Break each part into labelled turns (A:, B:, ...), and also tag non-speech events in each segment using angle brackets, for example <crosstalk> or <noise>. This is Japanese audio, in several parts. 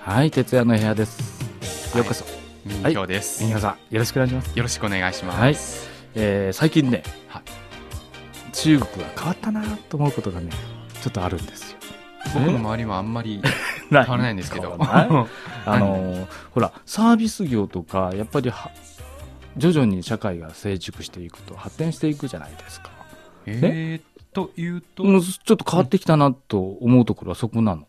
A: はい、哲也の部屋です。ようこそ、
B: 民
A: はい
B: 票です、
A: 皆さん、よろしくお願いします。
B: よろしくお願いします。
A: えー最近ね、
B: はい
A: 中国が変わったなと思うことがね、ちょっとあるんですよ。
B: 僕の周りはあんまり
A: <laughs> 変
B: 変わらないんですけど。
A: わらないあ
B: う
A: のーほら、サービス業とか、やっぱりは徐々に社会が成熟していくと、発展していくじゃないですか。
B: えー、というと、
A: うんちょっと変わってきたなと思うところはそこなの。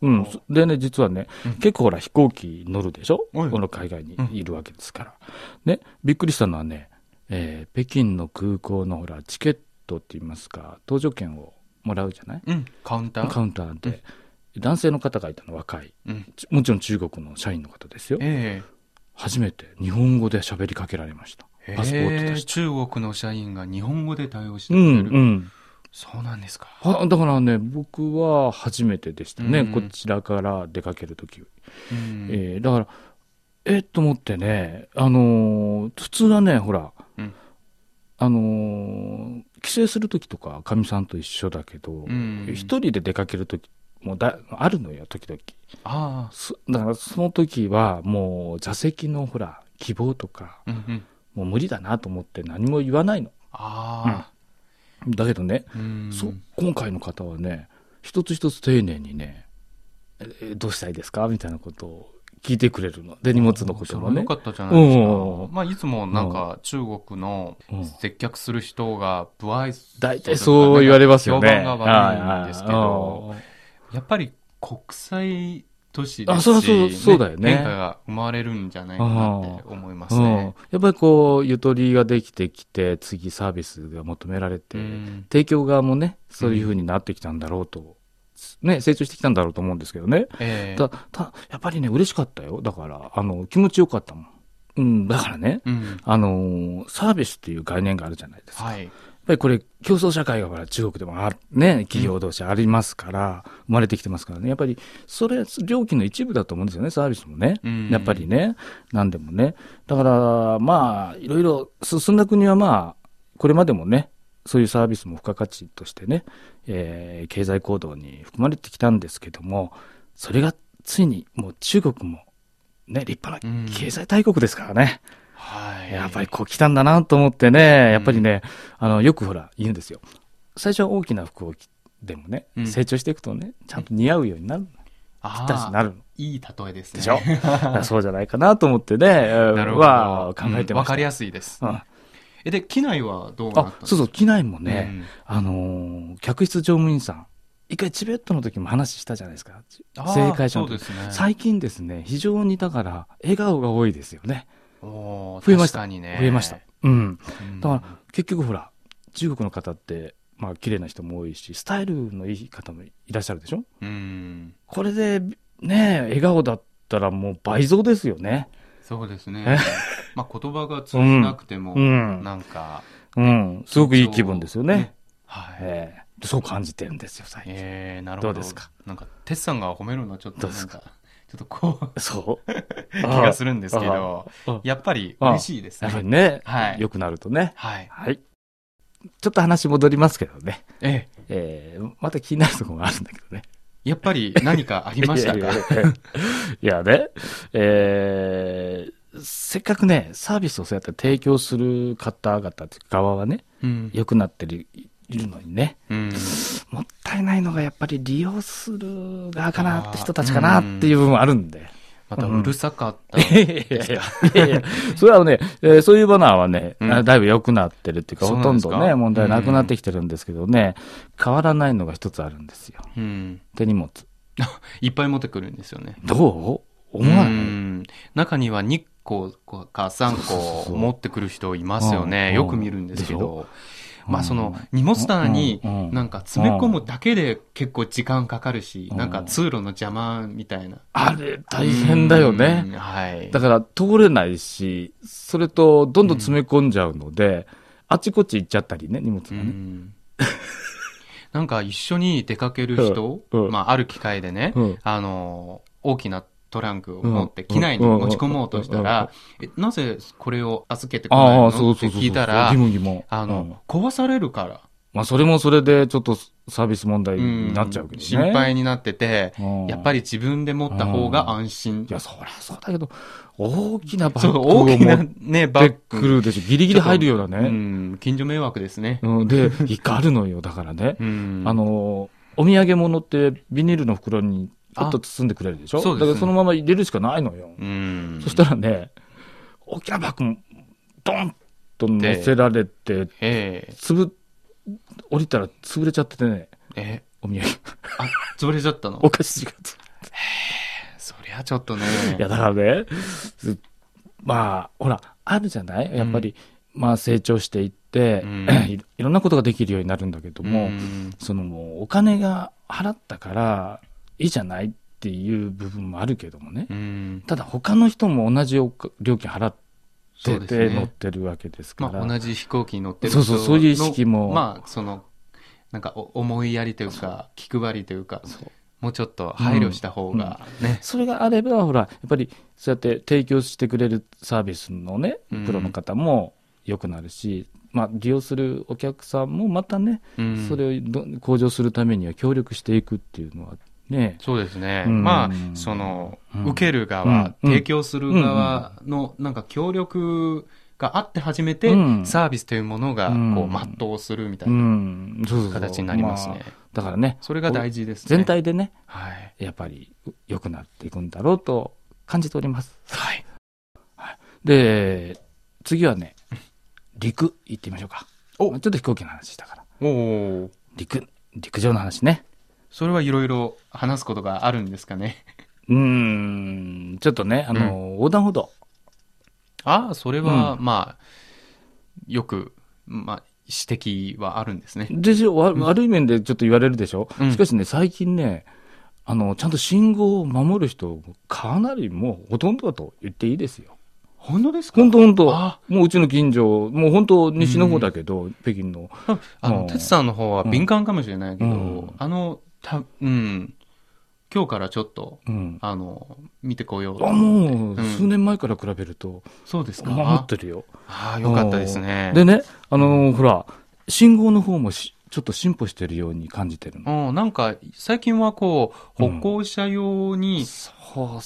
A: うん、そでね、実はね、
B: うん
A: 結構ほら飛行機乗るでしょ、
B: はい
A: この海外にいるわけですから。ね、びっくりしたのはね、えー北京の空港のほらチケットって言いますか、搭乗券をもらうじゃない
B: うん、カウンター
A: カウンターで、男性の方がいたの、若い。
B: うん、
A: ちもちろん中国の社員の方ですよ。
B: え
A: 初めて日本語で喋りかけられました。
B: ー、
A: パスポート
B: え
A: 出
B: ー
A: して。
B: 中国の社員が日本語で対応して
A: う
B: くれ
A: ん、
B: る、
A: うん。
B: そうなんですか。
A: はだからね僕は初めてでしたね、
B: うん
A: こちらから出かける時、
B: うん
A: えーだからえっと思ってねあのー普通はねほら、
B: うん
A: あのー帰省する時とかかみさんと一緒だけど
B: うん
A: 一、人で出かける時もだあるのよ時々
B: あ
A: そだからその時はもう座席のほら希望とか
B: あ、うんうん、
A: もう無理だなと思って何も言わないの
B: あ
A: だけどね
B: あ、うん、
A: そう今回の方はね一つ一つ丁寧にねえー「どうしたいですか?」みたいなことを聞いてくれるので荷物のこともね
B: よかったじゃないですか。
A: うん
B: まあ、いつもなんか中国の
A: うん
B: 接客する人が不愛想
A: 大体そう言われますよね
B: 評判が悪いんですけ
A: は
B: ど、
A: いはい
B: やっぱり国際都市
A: あ
B: です
A: そう
B: し、
A: そうそうだよね
B: 変化が生まれるんじゃないかなって思います
A: うん
B: ね。
A: やっぱりこうゆとりができてきて次サービスが求められて、
B: うん
A: 提供側もねそういうふうになってきたんだろうと、ね、成長してきたんだろうと思うんですけどね
B: ええ
A: たたやっぱりね嬉しかったよだからあの気持ちよかったもん、うん、だからね
B: うん
A: あのーサービスっていう概念があるじゃないですか。
B: はい。
A: やっぱりこれ、競争社会がほら中国でもあ、ね、企業同士ありますから、生まれてきてますからね、やっぱりそれ、料金の一部だと思うんですよね、サービスもね。
B: うん
A: やっぱりね、何でもね。だから、まあ、いろいろ進んだ国はまあ、これまでもね、そういうサービスも付加価値としてね、えー経済行動に含まれてきたんですけども、それがついにもう中国も、ね、立派な経済大国ですからね。
B: はい。
A: やっぱりこう来たんだなと思ってね、やっぱりね、あの、よくほら、言うんですよ。最初は大きな服を着てもね、
B: うん
A: 成長していくとね、ちゃんと似合うようになるの。
B: あ
A: ぴっ
B: ー
A: たしになるの。
B: いい例えですね。
A: でしょだからそうじゃないかなと思ってね、
B: <laughs> なるほど。
A: は考えて
B: うんわ
A: ました。
B: かりやすいです
A: う。ん
B: え、で、機内はどうなった
A: あ
B: ん、ですか
A: そうそう、機内も
B: う
A: ね、
B: ん
A: あのー客室乗務員さん。一回チベットの時も話したじゃないですか。
B: あー
A: 正解者の
B: そうですね。
A: 最近ですね、非常にだから、笑顔が多いですよね。
B: おー
A: 増えました
B: 確かにね。
A: 増えました。うん。
B: うん。
A: だから結局ほら中国の方ってまあ綺麗な人も多いしスタイルのいい方もいらっしゃるでしょ
B: うん。
A: これでね笑顔だったらもう倍増ですよね
B: そうです
A: え
B: ね。まあ、言葉が通じなくても、
A: うん
B: なんか、
A: うんすごくいい気分ですよね、
B: はい。
A: ええそう感じてるんですよ最近、
B: えー、なるほど。
A: どうですか
B: なんか、テツさんが褒めるのはちょっ
A: ど
B: と、
A: う
B: な
A: で
B: ん
A: す
B: か、ちょっとこう、 <laughs>
A: そう
B: 気がするんですけ
A: あ
B: ど
A: ああ、
B: やっぱり嬉しいです
A: やっぱり
B: ね。
A: ね、
B: はい
A: 良くなるとね
B: はい。
A: はいちょっと話戻りますけどね、
B: え
A: ええまた気になるところがあるんだけどね
B: え、やっぱり何かありました
A: いやい
B: か
A: やいや <laughs> いやね、えーせっかくね、サービスをそうやって提供する方々っていうか側はね、
B: うん。
A: 良くなってる、いるのにね、
B: うん。
A: もったいないのがやっぱり利用する側かなって人たちかなっていう部分はあるんで。
B: また、うるさかった。
A: いやいやいやいやそれはね、えーそういうバナーはね、
B: うん
A: あだいぶ良くなってるっていうか、
B: そう
A: ほ
B: な
A: と
B: ん
A: ん
B: ですか
A: どね、問題なくなってきてるんですけどね、変わらないのが一つあるんですよ。
B: うん。
A: 手荷物。
B: いっぱい持ってくるんですよね。
A: どう思わない、
B: うん中には2個か3個持ってくる人いますよ
A: うんう
B: ね。
A: ん
B: よく見るんですけ
A: でし
B: ど。まあその荷物棚になんか詰め込むだけで結構時間かかるし、
A: うん
B: なんか通路の邪魔みたいな。
A: あれ、大変だよ
B: う
A: ね。
B: ん。はい。
A: だから通れないし、それとどんどん詰め込んじゃうので、あちこち行っちゃったりね、荷物が
B: う
A: ね。
B: んなんか一緒に出かける人、
A: うんうん
B: まあある機会でね、
A: うん
B: あの、大きなトランクを持って
A: うん
B: 機内に持ち込もうとしたら、えなぜこれを預けてこないのって聞いたら
A: 疑、問疑問。
B: あの、壊されるから。
A: まあ、それもそれで、ちょっとサービス問題になっちゃうけどね。
B: ん心配になってて、
A: うん
B: やっぱり自分で持った方が安心
A: い。や、そりゃそうだけど、大きなバッ
B: そう、
A: グを
B: 大き
A: 持
B: な
A: っ
B: ね、バッ
A: て
B: グ。
A: くるでしょ。ギリギリ入るような
B: う
A: ね。
B: ん、近所迷惑ですね。
A: うん、で、一回あるのよ、だからね。
B: うん。
A: あ、の、お土産物ってビニールの袋にちょっと包んでくれるでしょ
B: あそうですね
A: だからそのまま入れるしかないのよ。
B: うん。
A: そしたらね、大きなバッグ、ドンと乗せられて、
B: ええ
A: つぶ、降りたら潰れちゃっててね、
B: え、
A: お
B: <laughs>
A: 土産、
B: あ、潰れちゃったの
A: お菓子が。
B: そりゃちょっとね。
A: いや、だからね、すまあ、ほら、あるじゃないやっぱり、まあ成長していって、
B: うん
A: <clears throat> いろいろんなことができるようになるんだけども、
B: うん
A: そのもうお金が払ったからいいじゃないっていう部分もあるけどもね。
B: うん。
A: ただ他の人も同じお金料金払っ
B: そ
A: て
B: うです
A: て乗っ
B: ね。
A: てるわけですか
B: ま
A: ら。
B: あ、同じ飛行機に乗ってる
A: そうそう
B: 人
A: そういう意識
B: の
A: も
B: まあ、その、なんかお思いやりというか、気配りというか、
A: そう
B: もうちょっと配慮した方がね。
A: それがあれば、ほら、やっぱりそうやって提供してくれるサービスのね
B: うん、
A: プロの方も良くなるし、まあ、利用するお客さんもまたね、
B: うん
A: それをど向上するためには協力していくっていうのはね、
B: そうですね。
A: うん
B: まあ、その
A: う、ん
B: 受ける側、
A: うん
B: 提供する側の、なんか協力があって初めて
A: う、ん
B: サービスというものが、こ
A: うん、
B: う、全うするみたいうなん
A: そうそうそう
B: 形になります
A: あ
B: ね。
A: だからね、
B: それが大事ですね。
A: 全。体でね、
B: はい。
A: やっぱり良くなっていくんだろうと感じております。
B: はい。
A: で、次はね、陸行ってみましょうか。
B: お
A: まあちょっと飛行機の話したから。
B: おお。
A: 陸、陸上の話ね。
B: それはいろいろ話すことがあるんですかね。
A: うーん、ちょっとね、あの、横断歩道。
B: ああ、それは、
A: う
B: まあ、よく、まあ、指摘はあるんですね。
A: でしょわ悪い面でちょっと言われるでしょ、
B: うん
A: しかしね、最近ね、あの、ちゃんと信号を守る人、かなりもうほとんどだと言っていいですよ。
B: 本当ですか
A: 本当本当
B: あ
A: もううちの近所、もう本当西の方だけど、北京の。
B: あ
A: う
B: の、
A: ん
B: てつさんの方は敏感かもしれないけど、
A: うん
B: あの、た、うん、今日からちょっと、
A: うん。
B: あの、見てこようと
A: あ、もう、
B: うん
A: 数年前から比べると、
B: そうですか。
A: 守ってるよ。
B: ああ、よかったですね。
A: でね、あのーほら、信号の方もしちょっと進歩してるように感じてるの。
B: うん、なんか、最近はこう、
A: うん
B: 歩行者用に
A: そ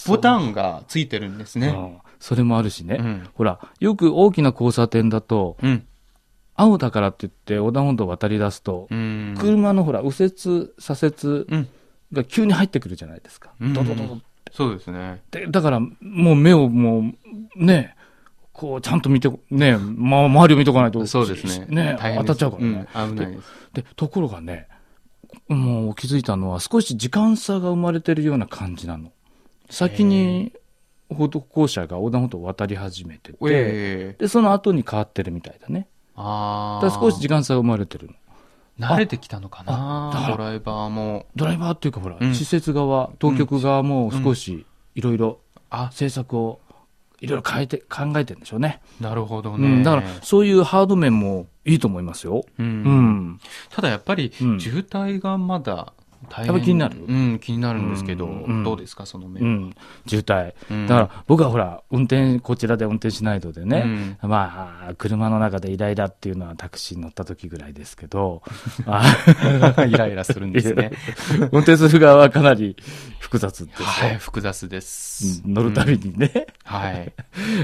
A: う
B: ボタ
A: ン
B: ンがついてるんですね。
A: それもあるしね、
B: うん。
A: ほら、よく大きな交差点だと、
B: うん。
A: 青だからって言って横断歩道を渡り出すと、
B: うん。
A: 車のほら、右折、左折
B: うん
A: が急に入ってくるじゃないですか。
B: うん
A: ドドドドっ
B: そうですね。
A: て。だから、もう目をもう、ね、こう、ちゃんと見て、ね、ま、周りを見とかないと、
B: そうですね。
A: ね、
B: 大変
A: 当
B: です
A: たっちゃうからね。
B: うん危ないです。
A: で、ところがね、もう気づいたのは少し時間差が生まれてるような感じなの。先に歩行者が横断歩道を渡り始めてて、
B: ええ
A: で、その後に変わってるみたいだね。
B: あ
A: だ
B: あ。
A: から少し時間差が生まれてるの。
B: 慣れてきたのか
A: あ
B: な
A: だから
B: ドライバーも。
A: ドライバーっていうかほら、
B: うん
A: 施設側、当局側も少しいろいろ
B: あ、
A: 政策をいろいろ変えて、考えてるんでしょうね。
B: なるほど
A: う
B: ね。
A: ん、だからそういうハード面もいいと思いますよ。
B: う
A: うんん。
B: ただやっぱり、
A: うん
B: 渋滞がまだ大変、
A: やっぱ気になる
B: うん、気になるんですけど、
A: うん
B: どうですか、その面。
A: うん。渋滞。
B: うん
A: だから僕はほら、運転、こちらで運転しないとでね、
B: うん <laughs>
A: まあ、車の中でイライラっていうのはタクシーに乗った時ぐらいですけ
B: <laughs>
A: ど、あ
B: イライラする
A: <laughs>
B: んですね。
A: 運転する側はかなり複雑ですよ。
B: はい、複雑です。
A: うん乗るたび
B: うん
A: にね。
B: はい。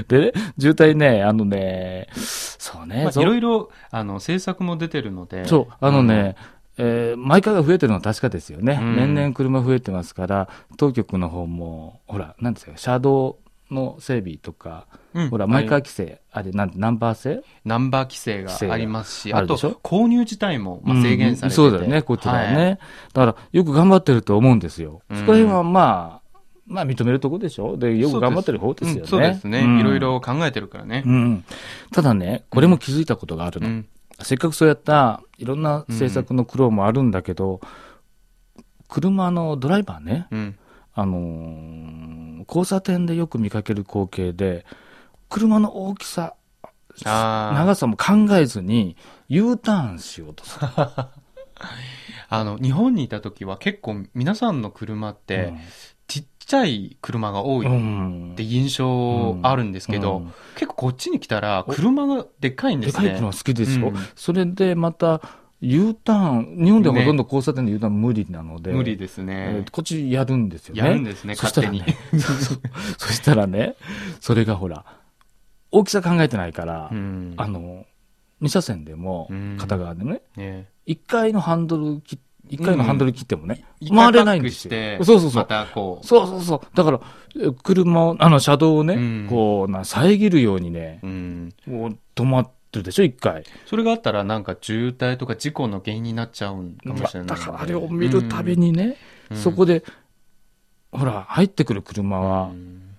A: でね、渋滞ね、あのね、そうね、
B: まあ
A: そう
B: いろいろ、あの、政策も出てるので。
A: そう、あのね、えー毎回が増えてるのは確かですよね。
B: うん
A: 年々車増えてますから、当局の方も、ほら、なんですか、車道の整備とか、
B: うん、
A: ほら、マイカー
B: あれ
A: 規制、あれ、なんナンバー制
B: ナンバー規制があります
A: 規制
B: し、
A: があ
B: あ
A: る
B: と、
A: でしょ
B: 購入自体も、まあ、制限されてて、
A: うんそうだよね、こちらはね。
B: は
A: だ
B: い。
A: から、よく頑張ってると思うんですよ。
B: うん
A: そこら辺は、まあ、まあ、認めるとこでしょで、よく頑張ってる方ですよね。
B: うんそうですね、
A: うん
B: いろい。ろ考えてるからね。
A: うん。ただね、これも気づいたことがある
B: う
A: の。
B: ん。
A: せっかくそうやった、いろんな政策の苦労もあるんだけど、車のドライバーね、
B: うん。
A: あのー交差点でよく見かける光景で、車の大きさ、
B: あー
A: 長さも考えずに、U ターンしようとする。
B: あの、日本にいた時は結構皆さんの車って、ちっちゃい車が多い
A: うん
B: って印象あるんですけど、
A: うん
B: 結構こっちに来たら車がでっかいんで
A: ですかい
B: ね。
A: 車好きですよ、
B: うん
A: それでまた U ターン、日本ではほとんど交差点で U ターン無理なので、
B: 無理です
A: え
B: ね
A: ー。こっちやるんですよね。
B: やるんですね、
A: <laughs> そしたら
B: 勝手
A: ね
B: に。
A: そしたらね、それがほら、大きさ考えてないから、
B: うん
A: あの、2車線でも
B: うん、
A: 片側でね、
B: ね
A: 1回のハンドル切、一回のハンドル切ってもね、
B: 一
A: 回
B: 回
A: れ
B: パ
A: ないん
B: ッ
A: で
B: ク
A: す
B: し
A: よ
B: て、
A: そうそうそう
B: またこ
A: そうそうそう。だから、え車を、あの、車道をね、
B: うん
A: こうな、遮るようにね、
B: う。うん。
A: もう止まってるでしょ、一回。
B: それがあったらなんか渋滞とか事故の原因になっちゃうんかもしれないので。
A: だから、あれを見るたびにね、
B: うん、
A: そこで、ほら、入ってくる車は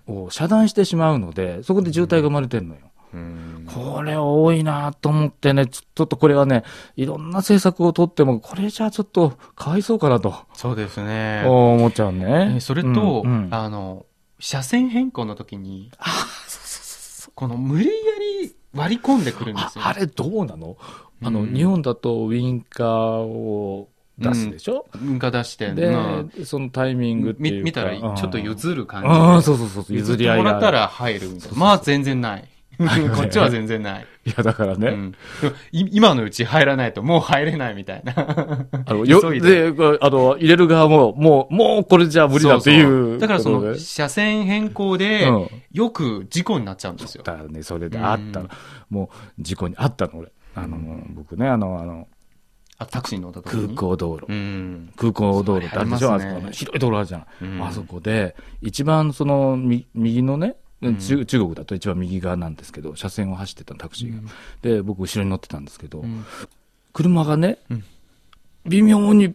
B: う、ん
A: を遮断してしまうので、そこで渋滞が生まれてるのよ。
B: うん
A: これ多いなと思ってね、ちょちょっとこれはね、いろんな政策を取っても、これじゃちょっとかわいそうかなと
B: そうですね。
A: 思っちゃうね
B: え。それと、
A: うんうん
B: あの、車線変更の時に、この無理やり割り込んでくるんで
A: あ
B: すよ。
A: あれどうなのあの、
B: うん
A: 日本だとウィンカーを出すでしょ、
B: 文化出して、
A: で、
B: ま
A: そのタイミ
B: あ
A: ングっていう
B: み
A: か
B: 見たらちょっと
A: る
B: 譲る感じで
A: ああ、そうそうそう、譲
B: 譲っ
A: り
B: て
A: 合い
B: も
A: が
B: らったら入る
A: そ
B: みた
A: う
B: い
A: そう
B: な。
A: そう
B: まあ全然ない。こっちは全然ない。
A: いや、だからね、
B: うんでもい今のうち入らないともう入れないみたいな。
A: あの、よ、
B: 急いで
A: で、あの、入れる側も、もう、もうこれじゃ <laughs> 無理だっていう
B: そそだからそ
A: こと
B: の
A: で
B: 車線変更で、よく事故になっちゃうんですよ。
A: だね、それであったの、もう事故にあったの、俺。あの、
B: うん
A: 僕ね、あの、あの、
B: あタクシーに乗った時
A: 空
B: に。
A: 港道路。
B: うん。
A: 空港道路ってあるでしょ、
B: そ
A: あ
B: れあります
A: そ
B: ね
A: この広い道路あるじゃん。
B: うん
A: あそこで、一番その、み右のね、
B: うん
A: 中中国だと一番右側なんですけど、車線を走ってたのタクシーが。で、僕後ろに乗ってたんですけど、
B: うん
A: 車がね、
B: うん
A: 微妙に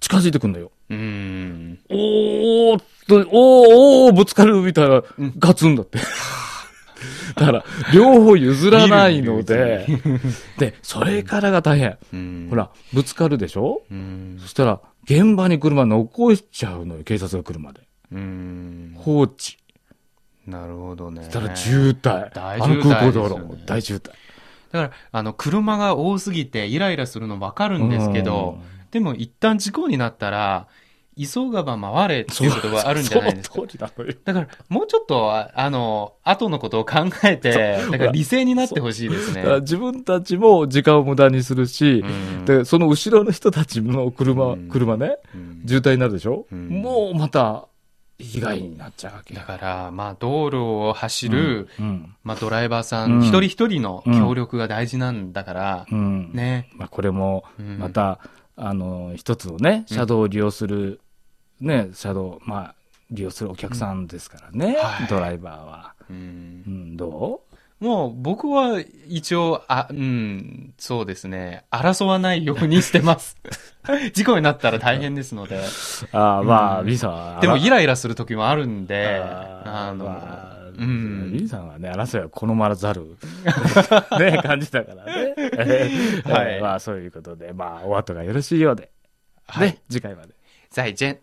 A: 近づいてくるのよ。
B: うん。
A: おーっと、おーおーぶつかるみたいな、
B: うん
A: ガツンだって。 <laughs> だから、両方譲らないので、で、それからが大変。
B: うん
A: ほ。ら、ぶつかるでしょ
B: うん
A: そ。したら、現場に車残しちゃうのよ、警察が来るまで。
B: うん。
A: 放置。
B: なるほどね。
A: そしたら渋滞。
B: 大
A: あの
B: 渋
A: 空港
B: 滞です
A: 道
B: よね
A: 路も大渋滞。
B: だから、あの、車が多すぎてイライラするの分かるんですけど、でも一旦事故になったら、急がば回れっていうことはあるんじゃないですか
A: そ。の通りなのよ。
B: だから、もうちょっと、ああの、後のことを考えて、だから理性になってほしいです
A: だ
B: ね
A: か。ら自分たちも時間を無駄にするし、
B: うん
A: で、その後ろの人たちの車、
B: うん
A: 車ね、
B: うん
A: 渋滞になるでしょ、
B: うん
A: もうまた被害になっちゃうわけ
B: だから、まあ、道路を走る、
A: うん
B: まあ、ドライバーさ、
A: うんん
B: 一人一人の協力が大事なんだから、
A: うん
B: ね。
A: まあ、これも
B: うん
A: ま、た、あの一つのね車道を利用する、ね車道まあ利用するお客さんですからね、
B: はい
A: ドライバーは、
B: うん
A: うん、ど
B: もう僕は一応、あ、うん、そうですね。争わないようにし
A: <laughs>
B: てます。事故になったら大変ですので。
A: うあーまあ、
B: うん
A: リーさんは
B: でも
A: あら
B: イライラする時もあるんで、
A: あ
B: あ
A: ー
B: の、
A: まあ
B: うん
A: リーさんはね、争いは好まざ
B: <laughs>
A: る、ね、感じだからね。
B: はい
A: まあ、そういうことで、まあ、お後がよろしいようで、
B: はい
A: ね、次回まで。
B: 再见。